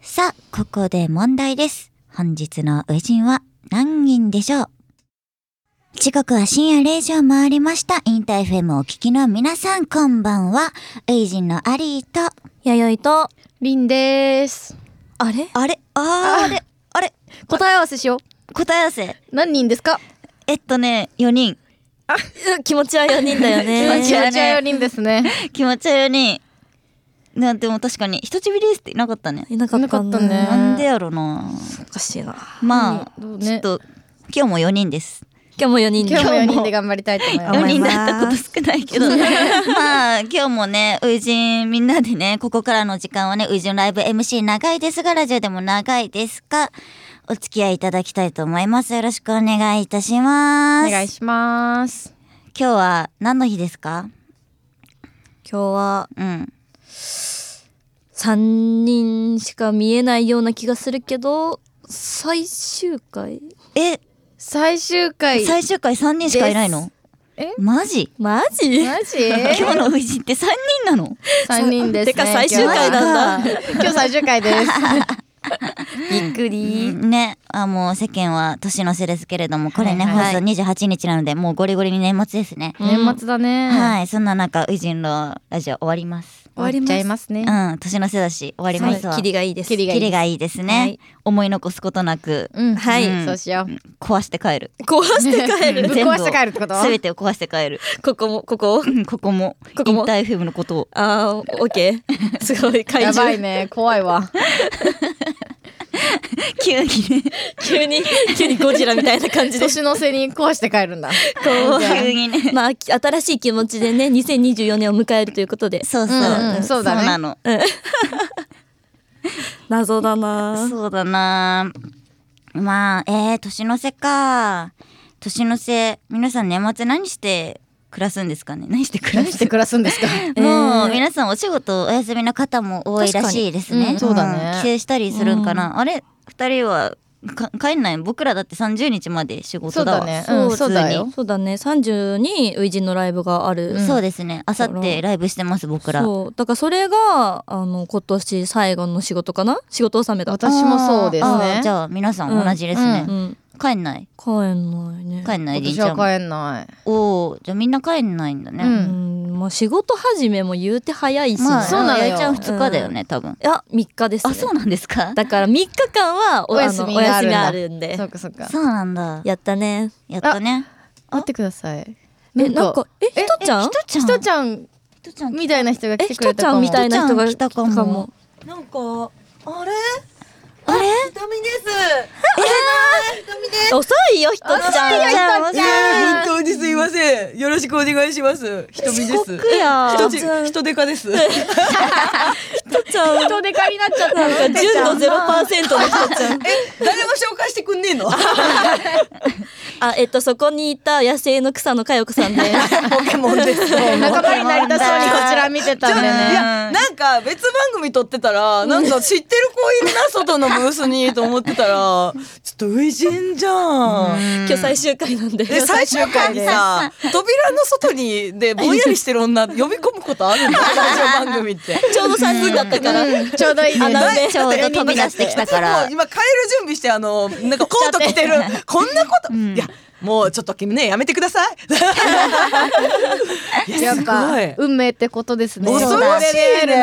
さあ、ここで問題です。本日の初陣は何人でしょう時刻は深夜0時を回りました。インター FM をお聞きの皆さん、こんばんは。初陣のアリーと、弥生と、りんです。あれあれあーあれあれ答え合わせしよ答え合わせ。う。何人ですか？えっとね、4人。気持ちは4人だよえー ね。気持ちはね四人ですね。気持ちは4人。なんでも確かに、人ちびですっていなかったね。いなかったいなかったねなんでやろな。おかしいな。まあ、うんちょねっと、今日も4人です。 今日も4人今日も今日四も人で頑張りたいと思い頑4張ま。り人まだったこと少ないけどまあ今日もね初陣みんなでねここからの時間はね初陣ライブ MC 長いですがラジオでも長いですがお付き合いいただきたいと思いますよろしくお願いいたしますすお願いします。今日は何の日ですか今日はうん3人しか見えないような気がするけど、最終回え最終回。最終回3人しかいないのですマジマジマジ？今日の初陣って3人なの三人ですね。てか最終回なんだ。今日は。今日最終 回です。びっくり。ねあもう世間は年の瀬ですけれどもこれね、はいはい放送28日なのでもうゴリゴリに年末ですね、年末だね。はいそんな中初陣のラジオ終わります終わります終わっちゃいますね。うん、年の瀬だし終わりますわ。キリがいいです。キリがいいキリがいいですね、はい思い残すことなくうん。はいうんそうしよう。壊して帰る。壊して帰ぶ る。っ壊して帰るってことすべてを壊して帰る。ここも、ここうんここもここもインターフェムのことを。あー、オッ ケー。すごい、怪やばい獣。ね。怖いわ。急にね、急に、急にゴジラみたいな感じ で。年の瀬に壊して帰るんだ。怖 い急にね。まあ、き新しい気持ちでね、2024年を迎えるということで。そうそう、うんうんそうだねなの。謎だなそうだな。まあ、えー、年の瀬か。年の瀬、皆さん年末何して暮らすんですかね。何して暮ら何すして暮らすんですか？もう、えー皆さんお仕事お休みの方も多いらしいです確かね。にうんそうだねん帰省したりするんかな。あれ二人はか帰んない僕らだって30日まで仕そ事うだわ。だね。うん、そうだよ。そうだね、30に初陣のライブがある。んそうですね。あさってライブしてます僕ら。そうだからそれがあの今年最後の仕事かな仕事納めだった、私もそうですあーねじ。ゃあ皆さん同じですうねう。ん、帰んない帰んないね帰んないりん私ちゃはんも。帰んない。おおじゃあみんな帰んないんだうね。うんまあ、仕事始めも言うて早いしね、まあそうなのよやいちゃん二日だよね多分。いや3日です、ね、あそうなんですか。だから3日間は お休みあのおが休あるんみだあるんでそうかそうか。そうなんだ。やったねやったね。待ってください。えなんかえひとちゃんひとちゃん。ひとちゃんひとちゃん。みたいな人がえ来てひくとれちたかゃも。んみたいな人がひとちゃん来たかもなんか、あれあれ？ひとみです。ひとみで遅いよひとちひとちゃんゃんおじゃん。本当にすいません。よろしくお願いします。ひとみです。いや人ーちひと人でかです。ちゃんなんか人でかになっちゃったなん純度0%のひとちゃん誰も紹介してくんねえの。あえっとそこにいた野生の草の佳代子さんでポケモンです。ちょ仲間になりた そうにこちら見てたんいでね。やなんか別番組撮ってたらなんか知ってる子いるな外のブースにと思ってたらちょっと初陣じゃん。今日最終回なんでで最終回にさ扉の外にでぼんやりしてる 女呼び込むことあるんだラジオ番組って。ちょうど3人だったから、うんちょうどいいね。穴埋ちょうど飛び出してきたかもらう。今帰る準備してあのなんかコート着 てるこんなこと、いやもうちょっと君ねやめてくださ いいややすっごぱい運命ってことですね。恐そろしれで会えいねる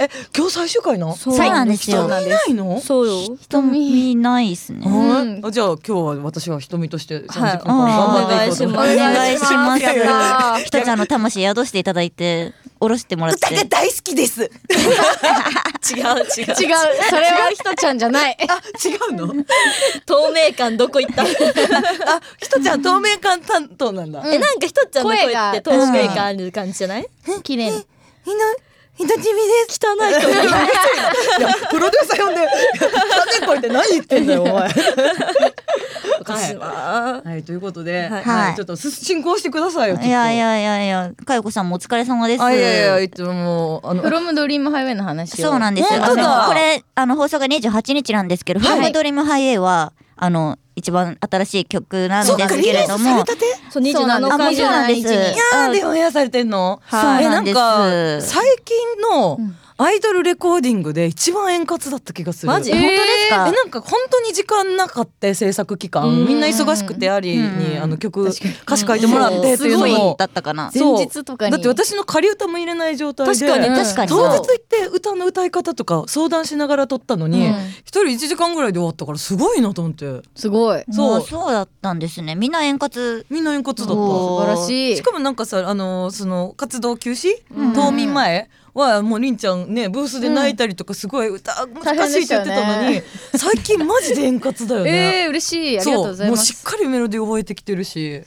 なんて。え今日最終回のそうなんですよ人見ないのそうよ瞳ないですね。はいうんあじゃあ今日は私は瞳として3時間間はい頑張っていこうとおお願いしま願いしますす。やったーひとちゃんの魂宿していただいて、おろしても らって。歌が大好きです違う違う違う、それはひとちゃんじゃない。あ違うの透明感どこ行ったあひとちゃん透明感担当なんだ、うんえなんかひとっちゃんの声声っがて透明感ある感じじゃない、綺麗に。ひのひとちみです汚い声いやプロデューサー呼んで3年超えて何言ってんだよお前おかしいわはい、ということで、はいはいちょっとす進行してくださいよ。ちょっといやい。やいやいや、かよこさんもお疲れ様です。あ、いやいや、いつも、あの、 フロムドリームハイウェイの話を。そうなんですよ。本当だあのこれ、あの、放送が28日なんですけど、フロムドリームハイエーは、あの、一番新しい曲なんそっでか、すリけリれーどスされも、たて。そう27そうなんですあ、もちろんです。 27日にいやー、でオンエアされてんの。はいえ、なんそうなんでか、す最近のうん、アイドルレコーディングで一番円滑だった気がするマジ、え本当ですか、なんか本当に時間なかった制作期うん間みんな忙しくてアリーにうんあの曲確かに歌詞書いてもらってっていすうごのいもだったかなそう前日とかにだって私の仮歌も入れない状態で確かに確かに当日そう行って歌の歌い方とか相談しながら撮ったのにうん一、人1時間ぐらいで終わったからすごいなと思ってすごいそうまあそうだったんですねみんな円滑みんな円滑だったお素晴らしいしかもなんかさあのその活動休止、うん冬眠前はもうりんちゃんねブースで泣いたりとかすごい歌難しいって言ってたの大変に、で最近マジで円滑だよね。 えー、嬉しいありがとうごそうざいもまうしっすかりメロディー覚えてきてるし、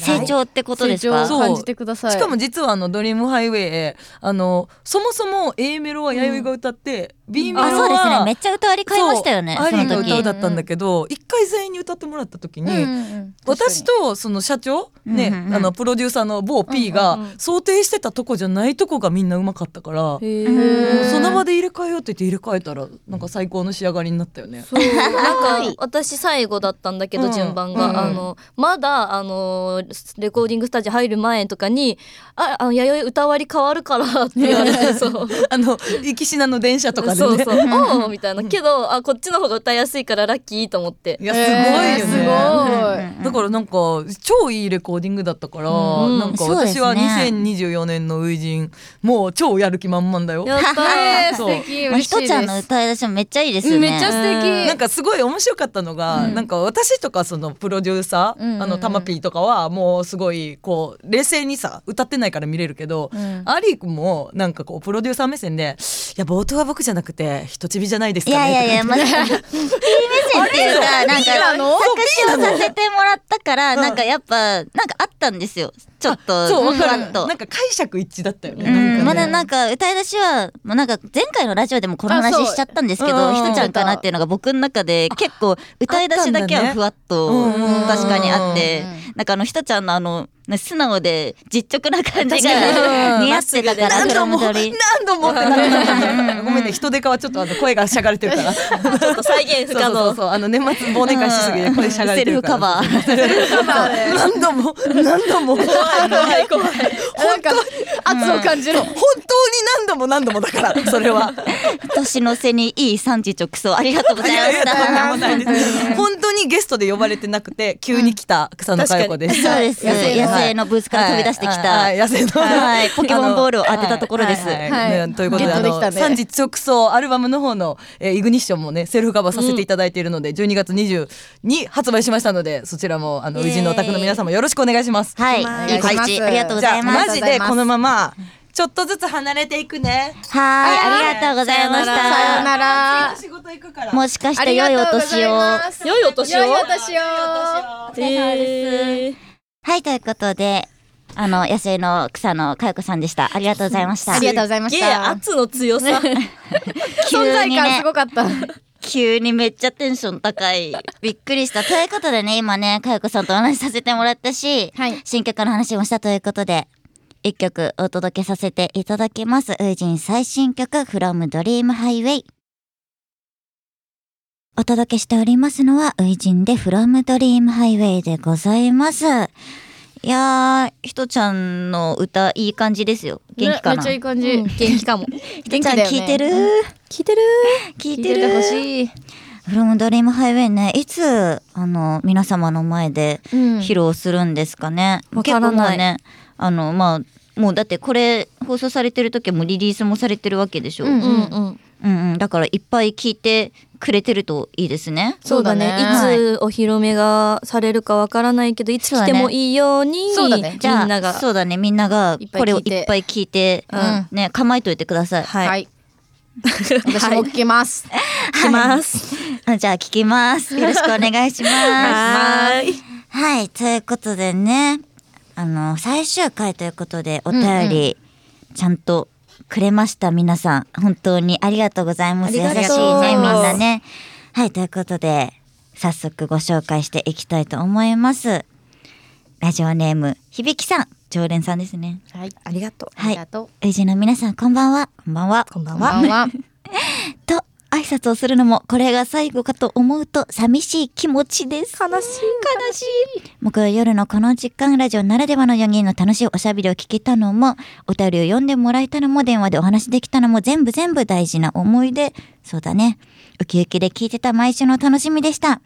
成長ってことですか成長そうを感じてくださいしかも実はあの「ドリームハイウェイあのそもそも A メロは弥生が歌って、B メロはあそうですねめっちゃ歌あり変えましたよねそうアそリーのが歌時だったんだけど一、回全員に歌ってもらった時に、うんうんうん私とその社長ね、うんうんうんあのプロデューサーの某 P がうんうんうん想定してたとこじゃないとこがみんなうまかったから、へーその場で入れ替えようって言って入れ替えたらなんか最高の仕上がりになったよね。そうなんか私最後だったんだけうどん順番うんがあのまだあのレコーディングスタジオ入る前とかに「ああの弥生歌割り変わるから」って言われてそう。あの行きしなの電車とかでね。そうそう「おうみたいなけどあこっちの方が歌いやすいからラッキーと思っていやすごいよね。えーすごいだからなんか超いいレコーディングだったから、うんなんかそうです私ねは2024年の初陣もう超やる気満々だよ。やったーえー素そう敵まあ、嬉ひしいとですちゃんの歌い出しもめっちゃいいですよねめっちゃ素敵なんかすごい面白かったのが、うんなんか私とかそのプロデューサー、うんうんうんあのタマピーとかはもうすごいこう冷静にさ歌ってないから見れるけど、うんアリー君もなんかこうプロデューサー目線で「いや冒頭は僕じゃなくて人ちびじゃないですいかね」やいやいや、とまず、B 目線っていうか、なんか、作詞をさせてもらったから、なんかやっぱ、なんかあったんですよ。ちょっかと、そうわふかわるっとなん。か解釈一致だったよね。うなんかねん、まだなんか歌い出しは、もうなんか前回のラジオでもこの話しちゃったんですけあど、そうひとちゃんかなっていうのが僕の中で結構歌い出しだけはふわっあっとたんだねうん確かにあってうんうん、なんかあのひとちゃんのあの、素直で実直な感じ確かが に似合ってたから、何度もドラム撮何り度もってなうんうっんうたんごめんね人手かはちょっとあの声がしゃがれてる からそうちょっと再現不そ可うそう能そうあの年末忘年会しすぎで声しゃがれセてルるフからカバー。何度も何度も怖い怖い怖いなんか圧を感じる、本当に何度も何度もだからそれは年の瀬にいい産地直送ありがとうございいまやいやしとんでもなた。いです本当にゲストで呼ばれてなくて急に来た草野佳代子ですそうです。野はい生のブースから飛び出してきはた。い野生のはい、ポケモンボールを当てたところです。はいはいねということで、ゲッあトでのきたね3時直送アルバムの方の、えーイグニッションもねセルフカバーさせていただいているので、12月22に発売しましたのでそちらもあのイエー宇イ治のお宅の皆様よろしくお願いします。はい、いいお願いし告ます知ありがとうごじざゃいあます。マジでこのままちょっとずつ離れていくね。はい、ありがとうございましさよた。なら次の仕事行くから。もしかしあてり良がいおとうござ年いを。ます良いお年を良いお年をお疲れ様ですはい、ということで、あの、野生の草野佳代子さんでした。ありがとうございました。ありがとうございましゲた圧の強さ急存在に感ねす、ごかった急にめっちゃテンション高い。びっくりした。ということでね、今ね、かよこさんとお話しさせてもらったし、はい新曲の話もしたということで、一曲お届けさせていただきます。ウージン最新曲、From Dream Highway。お届けしておりますのは、ウイジンで From Dream Highway でございます。いやー、ひとちゃんの歌、いい感じですよ。元気かなねめっちゃいい感じ、うん元気かもひ元と気ちゃんだよね聞いてるうん聞いてる聞い聞いててるてほしい、フロムドリームハイウェイね、いつ、あの、皆様の前でうん披露するんですかね。わからない結構もうね、あの、まあ、もうだってこれ放送されてる時はもうリリースもされてるわけでしょ。う、うんんうんうんうんだからいっぱい聞いてくれてるといいですね。そうだねそういだねつお披露目がされるかわからないけどいつ来てもいいようにそうだねみんじゃあながそうだね、みんながいっぱい聞いてこれをいっぱい聞いて、うんね、構えといてください。はい、はい私も聞きます、来ます あじゃあ聞きます。よろしくお願いします。はーいはい、ということでね、あの、最終回ということでお便り、ちゃんとくれました、皆さん。本当にありがとうございます。優しいあねりがとう、みんなね。はい、ということで、早速ご紹介していきたいと思います。ラジオネーム、響きさん。常連さんですね。はいありがとうはいありがとう宇治の皆さん、こんばんは。こんばんは。こんばんこんばはんはと挨拶をするのもこれが最後かと思うと寂しい気持ちです。悲しい。悲しい。木曜夜のこの時間ラジオならではの4人の楽しいおしゃべりを聞けたのも、お便りを読んでもらえたのも、電話でお話できたのも、全部全部大事な思い出。そうだね。ウキウキで聞いてた毎週の楽しみでした。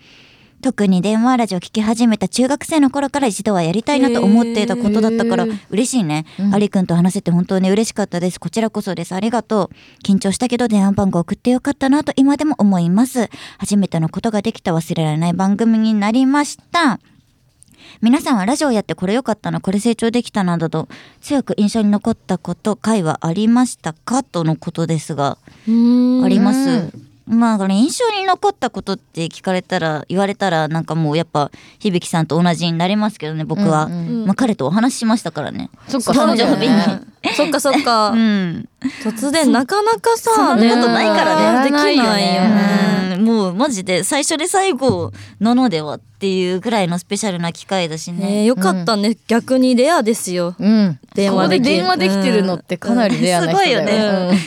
特に電話ラジオ聞き始めた中学生の頃から一度はやりたいなと思っていたことだったからへー嬉しいね。アリくんと話せて本当に嬉しかったです。こちらこそです。ありがとう。緊張したけど電話番号送ってよかったなと今でも思います。初めてのことができた忘れられない番組になりました。皆さんはラジオやってこれ良かったな、これ成長できたなどと強く印象に残ったこと、回はありましたかとのことですが。あります。まあ、これ印象に残ったことって聞かれたら、言われたら、なんかもうやっぱ、響さんと同じになりますけどね、僕は。うんうんまあ、彼とお話ししましたからね。そっか誕生そうだ日よにね。 そっかそっか、うん。突然なかなかさそんなことないからでねきないよやらないよねうねんもう、マジで、最初で最後なのではっていうぐらいのスペシャルな機会だしねね。えよかったね、逆にレアですようん。電電話話でできる電話できてるのってかなりレアな人だようんすごいよね。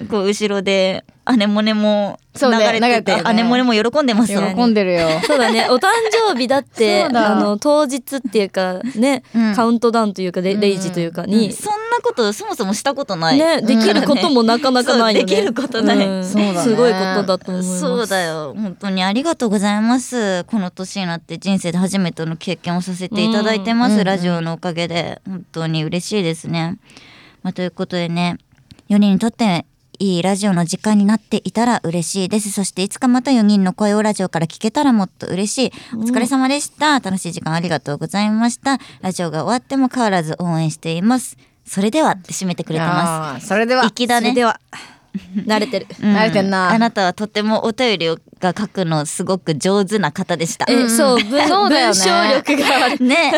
うん。こう、後ろで、姉もねも流そうねれて流れてた。るね姉もねも喜んでますよ。うん喜んでるよ。そう だねお誕生日だってそうだあの当日っていうかね、うんカウントダウンというかレレイジというかに、そんなこと、そもそもしたことない。ね、できることもなかなかないよそね。うできることないうんそうだねすごいことだと思います。そうだよ本当にありがとうございますこの年になって人生で初めての経験をさせていただいてます、うんうんラジオのおかげで本当に嬉しいですね、まあ、ということでね4人にとっていいラジオの時間になっていたら嬉しいですそしていつかまた4人の声をラジオから聞けたらもっと嬉しいお疲れ様でした、楽しい時間ありがとうございましたラジオが終わっても変わらず応援していますそれではって締めてくれてますあーそれでは。粋だねそれでは、慣れてる。うん慣れてんなあなたはとてもお便りが書くのすごく上手な方でした。え、そう、文そうだよ文ね章力がある。ね、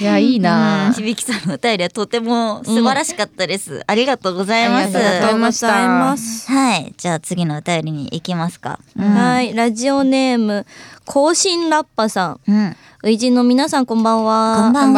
いやいいうんな。響さんのお便りはとても素晴らしかったです。ありがとうございます。ありがとうございますありがとうございますはい、じゃあ次のお便りに行きますか。うんはい、ラジオネーム、更新ラッパさん。うん、偉人の皆さんこんばんは。こんばん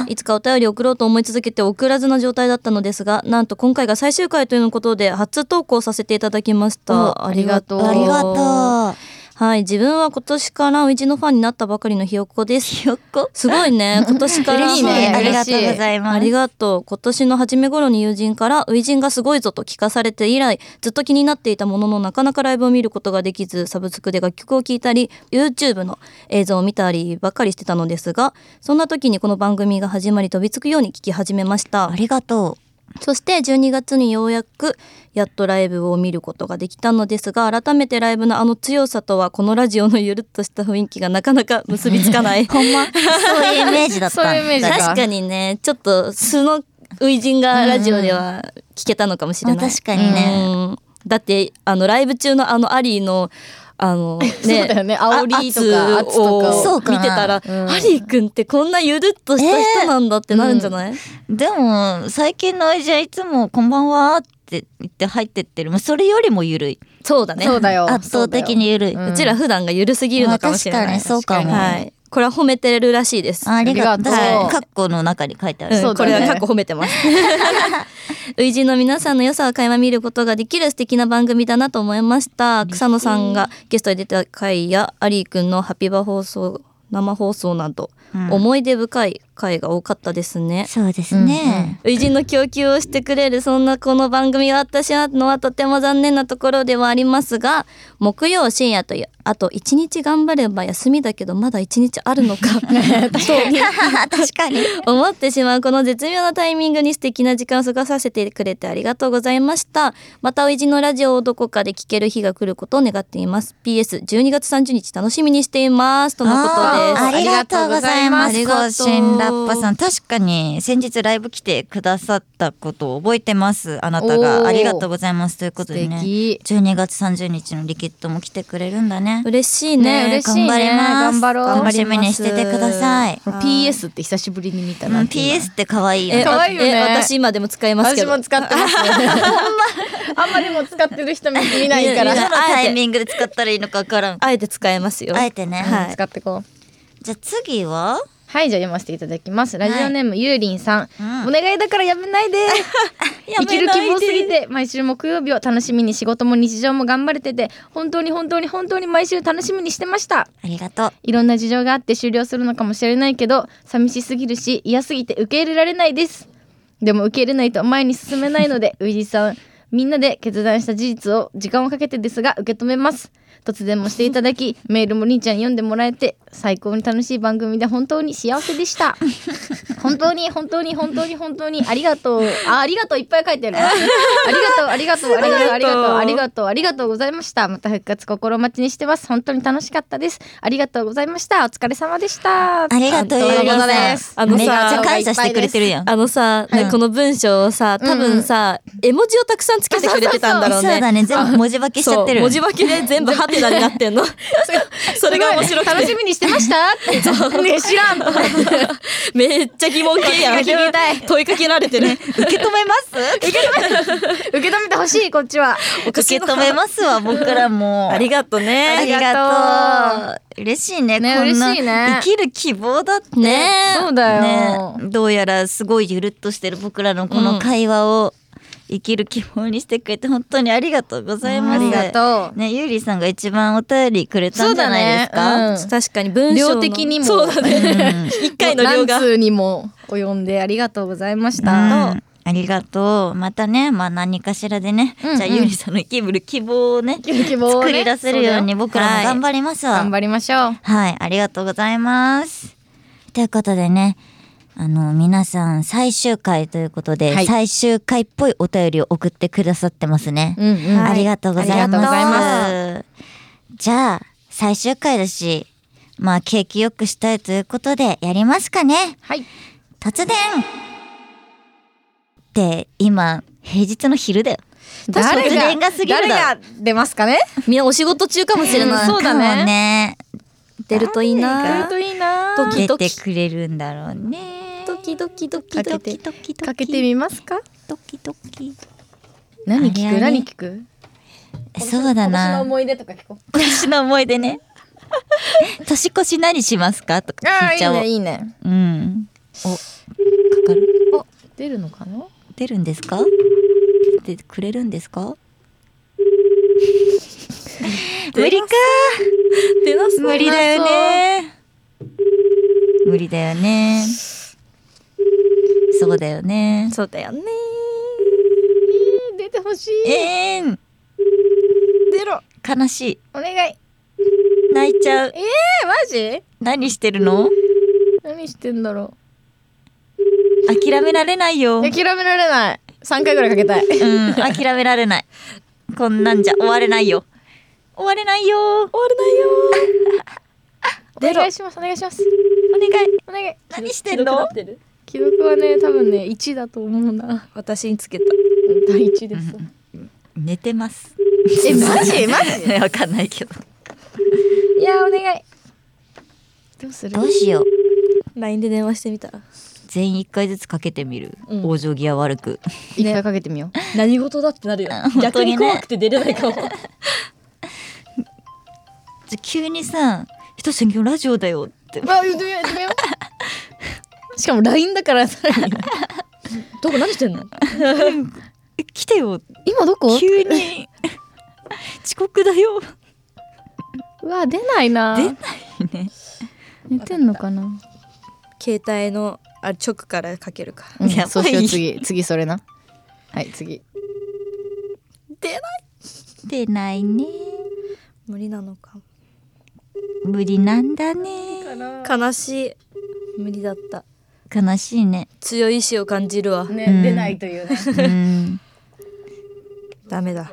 は。いつかお便り送ろうと思い続けて送らずな状態だったのですが、なんと今回が最終回ということで初投稿させていただきました。おありがとうありがとはい、自分は今年からうちのファンになったばかりのひよっこです。う。よっこ。すごい ね、今年から。嬉しい嬉しね。いありがとうございます。ありがとう。今年の初め頃に友人から、ウイジンがすごいぞと聞かされて以来、ずっと気になっていたものの、なかなかライブを見ることができず、サブスクで楽曲を聴いたり、YouTube の映像を見たりばっかりしてたのですが、そんな時にこの番組が始まり飛びつくように聞き始めましたあ。りがとそして12月にようやくやっとライブを見ることができたのですが改めてライブのあの強さとはこのラジオのゆるっとした雰囲気がなかなか結びつかないほんまう。そういうイメージだった。そういうイメージだ確かにねちょっと素の初陣がラジオでは聞けたのかもしれない、まあ確かにねうんだってあのライブ中のあのアリーのあのねそうだよねあ煽りと圧か圧とかをそうをかな見てたら、うんアリーくんってこんなゆるっとした人なんだってなるんじゃない、でも最近の愛じゃいつも「こんばんは」って言って入ってってる、まあ、それよりもゆるいそうだねそうだよ。圧倒的にゆるい、うんうちら普段が緩すぎるのかもしれない。まあ確かにそうかもはい。これは褒めてるらしいです。ありがありとがとうう確かにカッコの中に書いてある、うそん、うこだれねは過去褒めてます。初陣の皆さんの良さを垣間見ることができる素敵な番組だなと思いました。草野さんがゲストに出た回や、アリーくんのハピバ放送、生放送など、うん思い出深い回が多かったですね。そうですね、偉人の供給をしてくれるそんなこの番組は私はのはとても残念なところではありますが木曜深夜というあと一日頑張れば休みだけどまだ一日あるのかそう 確かに 思ってしまうこの絶妙なタイミングに素敵な時間を過ごさせてくれてありがとうございましたまた偉人のラジオをどこかで聞ける日が来ることを願っています PS12 月30日楽しみにしていますとのことですあーありがとうございまあすりがとう更新ラッパさん確かに先日ライブ来てくださったことを覚えてますあなたおがーありがとうございますということ素でね敵。 12月30日のリキッドも来てくれるんだね嬉しいねね嬉しい頑張ります頑張ろう楽しみにしててください、これ PS って久しぶりに見たうんな。 PS って可愛いよねえ、可愛いよねえ私今でも使いますけ私ど。も使ってます。 あんまりも使ってる人見ないいかかららどねのタイミングで使ったらいいのかわからん。あえて使えますよ。あえてね。はい使ってこう。じゃあ次ははいじゃあ読ませていただきますラジオネーム、ゆうりんさん、うんお願いだから やめないで生きる希望すぎて毎週木曜日を楽しみに仕事も日常も頑張れてて本当に本当に本当に毎週楽しみにしてましたありがとう。いろんな事情があって終了するのかもしれないけど寂しすぎるし嫌すぎて受け入れられないですでも受け入れないと前に進めない のでウイジさんみんなで決断した事実を時間をかけてですが受け止めます突然もしていただきメールもりんちゃんに読んでもらえて最高に楽しい番組で本当に幸せでした 本当に本当に本当に本当にありがとうあありがとういっぱい書いてあるありがとうありがとうありがとうありがとうありがとうありがとうございましたまた復活心待ちにしてます本当に楽しかったですありがとうございましたお疲れ様でしたありがとう、本当ゆのりものさでんすあのさめっちゃ感謝してくれてるやん。あのさ、ねうんこの文章をさ多分さ、絵文字をたくさんつけてくれてたんだろそううねだね、全部文字化けしちゃってる。そう文字化けで全部ハテナになっ てんのそれが面白く楽してみにしてましたってね知らんと思ってめっちゃ疑問系やん聞きたい問いかけられてる受け止めます受け止めてほしいこっちは受け止めますわ、僕らも。ありがとうねありがとう。嬉しいね、ねこんな嬉しいね生きる希望だって。ねそうだよ、ね、どうやらすごいゆるっとしてる僕らのこの会話を生きる希望にしてくれて本当にありがとうございます。ありがとうね、ゆうりさんが一番お便りくれたんじゃないですか。そうだね確かに文章の量的にもそうだね一回の量が何通にも及んでありがとうございましうんた、ありがとう。またね、まあ何かしらでね、うんうんじゃあゆうりさんの生きる希望をね、生きる希望をね作り出せるように僕らはもい頑張りますわ。頑張りましょうはい、ありがとうございます。ということでね、あの、皆さん最終回ということで、はい最終回っぽいお便りを送ってくださってますね。うんうんありがとうございありがとうございます。じゃあ、最終回だし、まあ、景気よくしたいということで、やりますかね。はい突然って、今、平日の昼だよ。誰突然がが過ぎるだろ誰が出ますかねみんなお仕事中かもしれ ない、うんそうだねかもね。出るといいなといいなドキ出ドてキくれるんだろうね。ドキドキドキかドけキてドキドキかけてみますかドキドキ。何聞あれあくれ何聞くそうだな。思い出とか聞こう年の思い出ね。 年越し何しますかとか聞ああいいちいゃおう。ねいいねうん。お、かかるお出るのかな出るんですか出てくれるんですか 無理か出なそう無理だよね。無理だよね。そうだよね。そうだよねえー出てほしいえーん、出ろ悲しい。お願いえ泣いちゃう。マジ何してるの何してんだろ諦められないよ。う諦められない三回ぐらいかけたい うん、諦められない。こんなんじゃ終われないよ。終われないよ。終わらないよお願いしますお願いしますお願い。お願い何してんの記録はね多分ね一だと思うな 私につけた第一です寝てます。えマジマジ わかんないけど。いやお願いどうするどうしよう。 LINE で電話してみたら全員一回ずつかけてみる。うん往生際悪く。一回かけてみよう 何事だってなるよ本当にね逆に怖くて出れないかもじゃ急にさ、ひとしさん今日ラジオだよって。 わやってみようやってみよう しかも LINE だから さらに どこ何してんのえ来てよ。今どこ急に。遅刻だよ。うわ出ないな出ないね。寝てんのかな携帯のあ直からかけるかうんやばいそうしよう次次それなはい次出ない出ないね。無理なのか無理なんだね。悲しい無理だった悲しいね。強い意志を感じるわねうん出ないというねうん。ダメだ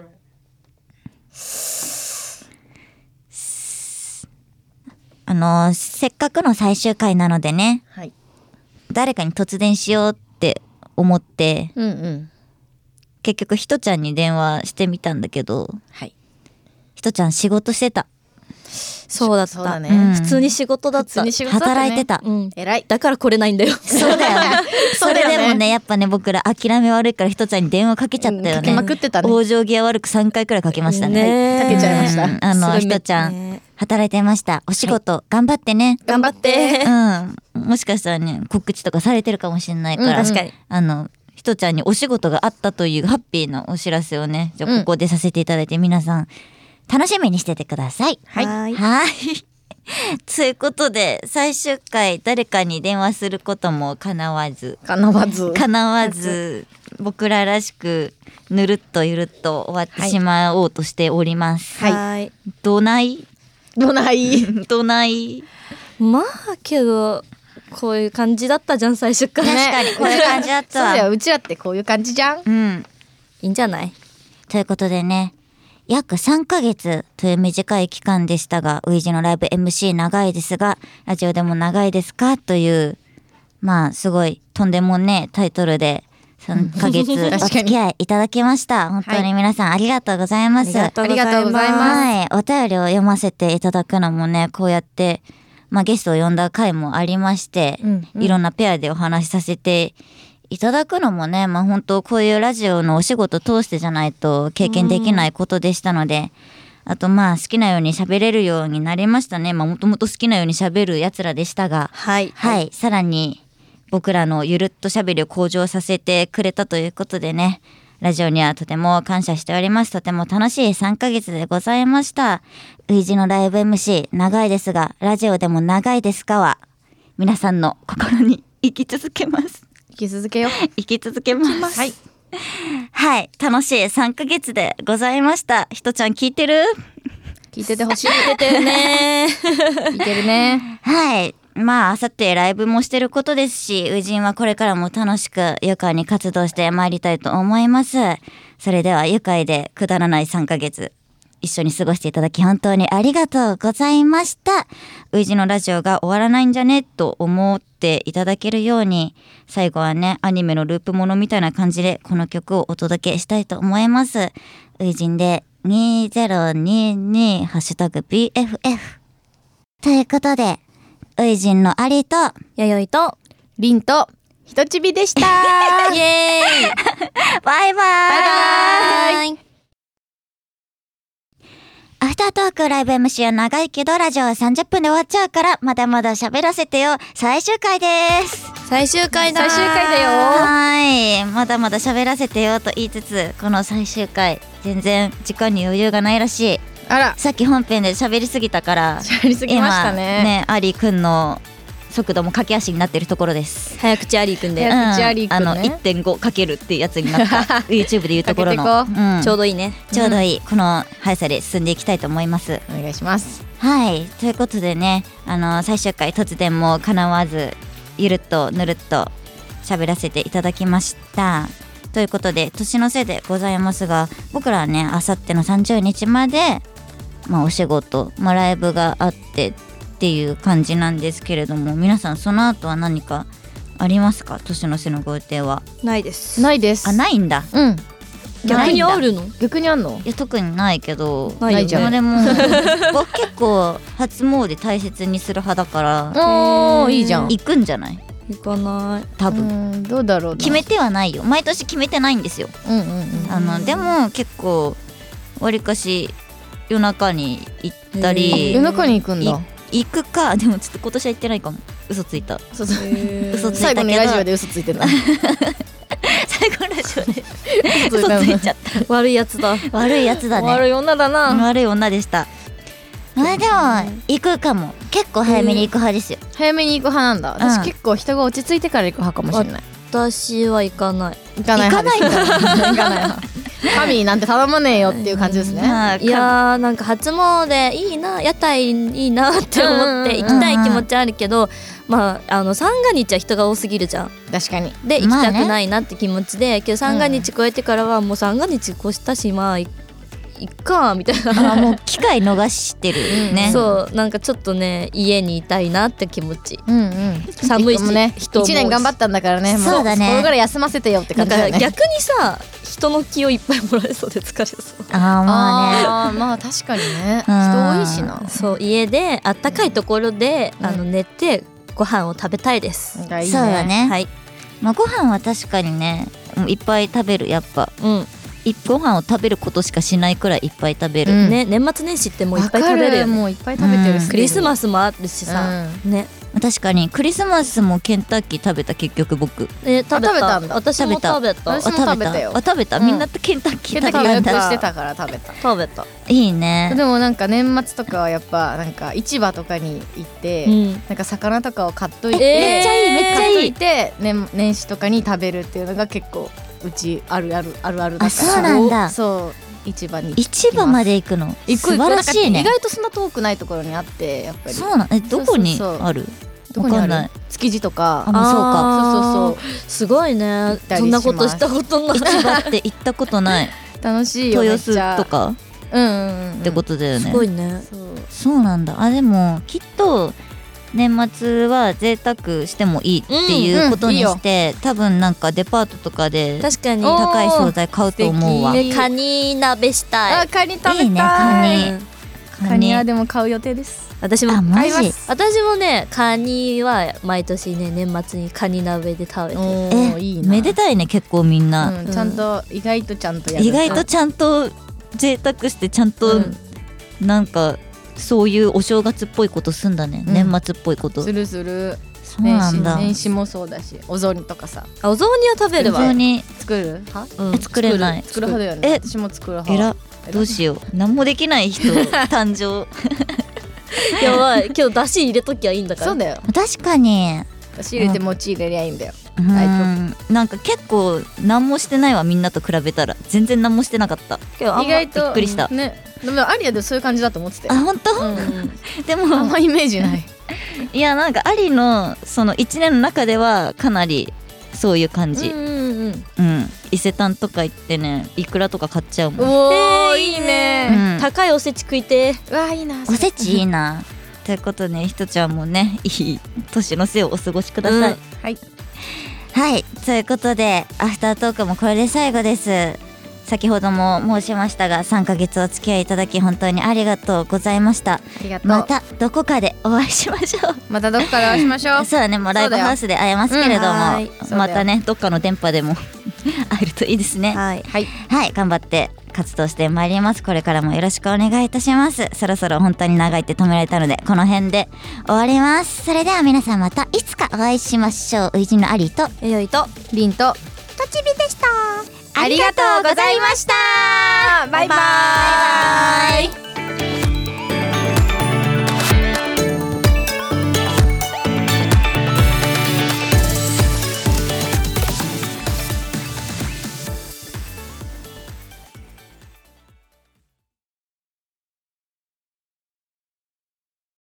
あの、せっかくの最終回なのでね、はい誰かに突然しようって思って、うんうん結局ひとちゃんに電話してみたんだけど、はいひとちゃん仕事してた。そうだったそうだねうん普通に仕事だっ普通たに仕事だったね働いてた。うん偉いだから来れないんだよ そうだよね。 そそうだよねれでもね、やっぱね、僕ら諦め悪いからひとちゃんに電話かけちゃったよかけね。まくってたね往生際悪く3回くらいかけましたね。ねえかけちゃいましたうんあの、それひめとちゃん、ね働いてました。お仕事、頑張ってね。頑張ってうん。もしかしたらね告知とかされてるかもしれないから、うん確かにあのひとちゃんにお仕事があったというハッピーなお知らせをねじゃあここでさせていただいて、皆さん楽しみにしててください。はいはいはい。 ということで最終回誰かに電話することもかなわずかなわずかなわず僕ららしくぬるっとゆるっと終わってしまおうとしております。はいはいどないどないどないまあけどこういう感じだったじゃん最初から、確かにこういう感じだっそたう わだようちらってこういう感じじゃんうん。いいんじゃないということでね、約3ヶ月という短い期間でしたが、ウイジのライブ MC 長いですが、ラジオでも長いですかという、まあすごいとんでもねえタイトルで3ヶ 月確かおに付き合いいただきました。本当に皆さんありがとうございます。ありがとうございますはい、お便りを読ませていただくのもね、こうやって、まあ、ゲストを呼んだ回もありまして、うんうんいろんなペアでお話しさせていただくのもね、まあ、本当こういうラジオのお仕事通してじゃないと経験できないことでしたので、あとまあ好きなように喋れるようになりましたね。まあもともと好きなように喋る奴らでしたが、はいはい、さらに僕らのゆるっとしゃべりを向上させてくれたということでね、ラジオにはとても感謝しております。とても楽しい3ヶ月でございました。ウイジのライブ MC、長いですが、ラジオでも長いですかは、皆さんの心に 生き続けます。 引き続けよう生き続けます。はいはい、楽しい3ヶ月でございました。ひとちゃん聞いてる聞いててほしい出てるね 聞いてるねはい。まあ、あさってライブもしてることですし、友人はこれからも楽しく愉快に活動してまいりたいと思います。それでは愉快でくだらない3ヶ月、一緒に過ごしていただき本当にありがとうございました。友人のラジオが終わらないんじゃねと思っていただけるように、最後はね、アニメのループものみたいな感じでこの曲をお届けしたいと思います。友人で2022ハッシュタグ BFF。ということで、ウイジンのアリと、弥生とりんとひとちびでし たイエーイバイバイバイバイアフタートークライブ MC は長いけど、ラジオは30分で終わっちゃうから、まだまだ喋らせてよ。最終回です。最終回だ最終回だよはい。まだまだ喋らせてよと言いつつ、この最終回、全然時間に余裕がないらしい。あらさっき本編で喋りすぎたから、しゃりすぎました今ねね、アリくんの速度も駆け足になってるところです。早口アリーくんで、早口アリくんねあの1.5かけるっていうやつになった YouTube で言うところのかけうんちょうどいいねちょうどいい、この速さで進んでいきたいと思います。お願いしますはい、ということでね、あの最終回突然もかなわず、ゆるっとぬるっと喋らせていただきました。ということで、年のせいでございますが、僕らはね、あさっての30日まで、まあ、お仕事、まあ、ライブがあってっていう感じなんですけれども、皆さん、その後は何かありますか年の瀬のご予定は。ないですないですあ、ないんだ。うん逆にあないんだるの逆にあんのいや特にないけどないよねまあでも僕結構初詣大切にする派だからおーいいじゃん行くんじゃない行かない多分うんどうだろうな決めてはないよ毎年決めてないんですようんうんうんあのでも結構わりかし夜中に行ったりへ夜中に行くんいだ行くかでもちょっと今年は行ってないかも嘘ついたそうそう嘘ついたけ最ど後にラジオで嘘ついてた最後ラジオで嘘嘘つついいたちゃっ悪いやつだた悪いやつだね悪い女だな悪い女でしたまあでも行くかも結構早めに行く派ですよ 早めに行く派なんだうん私結構人が落ち着いてから行く派かもしれない私は行かない行かない派です行かない派 神なんて頼まねえよっていう感じですねまあいやーなんか初詣いいな屋台いいなって思ってうん行きたい気持ちはあるけど、まああの三が日は人が多すぎるじゃん確かにで行きまあねたくないなって気持ちで、けど三が日超えてからはもう三が日越したしまあいいっかみたいな、あもう機会逃してるね。 そうなんかちょっとね家にいたいなって気持ちうんうん寒いしもうね人も多い一し年頑張ったんだからねもそうだねこれから休ませてよってな感んじだかよね逆にさ人の気をいっぱいもらえそうで疲れそうあーまあね。あーまあ確かにねう人ん多いしなそう家であったかいところで、うんあの寝てご飯を食べたいです、なんかいいねそうだね。はいまあご飯は確かにね、いっぱい食べるやっぱ。うんいご飯を食べることしかしないくらいいっぱい食べる、うんね年末年始ってもういっぱいわか食べるよねもういっぱい食べてるうんクリスマススもあるしさ、ね確かにクリスマスもケンタッキー食べた結局僕え食べ食べたたんだ私も食べた私も食べたよあ食べたうんみんなとケンタッキーケ食ンタべッキたーん予だ約してたから食べた食べた、いいねでもなんか年末とかはやっぱなんか市場とかに行って、うんなんか魚とかを買っといえて、めっちゃいいめっちゃ買っといいいて年年始とかに食べるっていうのが結構うちあるあるあるあるだからあそうなんだそう市場に市場まで行くの行く素晴らしいなんねか意外とそんな遠くないところにあってやっぱりそうなんえどこにそうそうそうあるどこにわあかんるない 築地とあかもうそうあーかそうそうすごいねたりそしんまなすことしたことない市場って行ったことない楽し いよめ豊っ洲ちゃとかうんうんうんってことだよすね、ごいねそうそうなんだあでもきっと年末は贅沢してもいいっていうことにして、多分なんかデパートとかで確かにお高い惣菜買うと思うわ素敵いねカニ鍋したあいカニ食べたいいねカニうんカニはでも買う予定です私もあマ合いまジす私もねカニは毎年ね年末にカニ鍋で食べてるおえおいいなめでたいね結構みんな、うんちゃんと意外とちゃんとやる意外とちゃんと贅沢してちゃんと、うんなんかそういうお正月っぽいことすんだね、うん年末っぽいことするするそう年な始んだ年始もそうだしお雑煮とかさあお雑煮は食べ非るわ常に作る派うん作れない作る派だよえね私も作るえら派どうしよう何もできない 人誕生やばい今日だし入れときゃいいんだからそうだよ確かに私入れて餅入れりゃいいんだよう大んなんか結構何もしてないわみんなと比べたら全然何もしてなかった今日あんま意外とびっくりしたねでもアリアでそういう感じだと思っててあ本当、うんであんもまイメージないいやなんかアリのその1年の中ではかなりそういう感じ、うんうんうんうん、伊勢丹とか行ってねイクラとか買っちゃうもん、うん、おーーいいいいねね高いおせち食いてうわいいなおせちいいなということでひとちゃんもねいい年の瀬をお過ごしください、うんはいはいということでアフタートークもこれで最後です先ほども申しましたが3ヶ月お付き合いいただき本当にありがとうございましたありがとうまたどこかでお会いしましょうまたどこからしましょうそうだねもうライブハウスで会えますけれども、うんはいそうだよまたねどっかの電波でも 会えるといいですねはいはいはい、頑張って活動してまいります。これからもよろしくお願いいたします。そろそろ本当に長いって止められたので、この辺で終わります。それでは皆さんまたいつかお会いしましょう。ウイジンのアリーと、えよいとりんととちびでした。ありがとうございましたバイバイバイバイ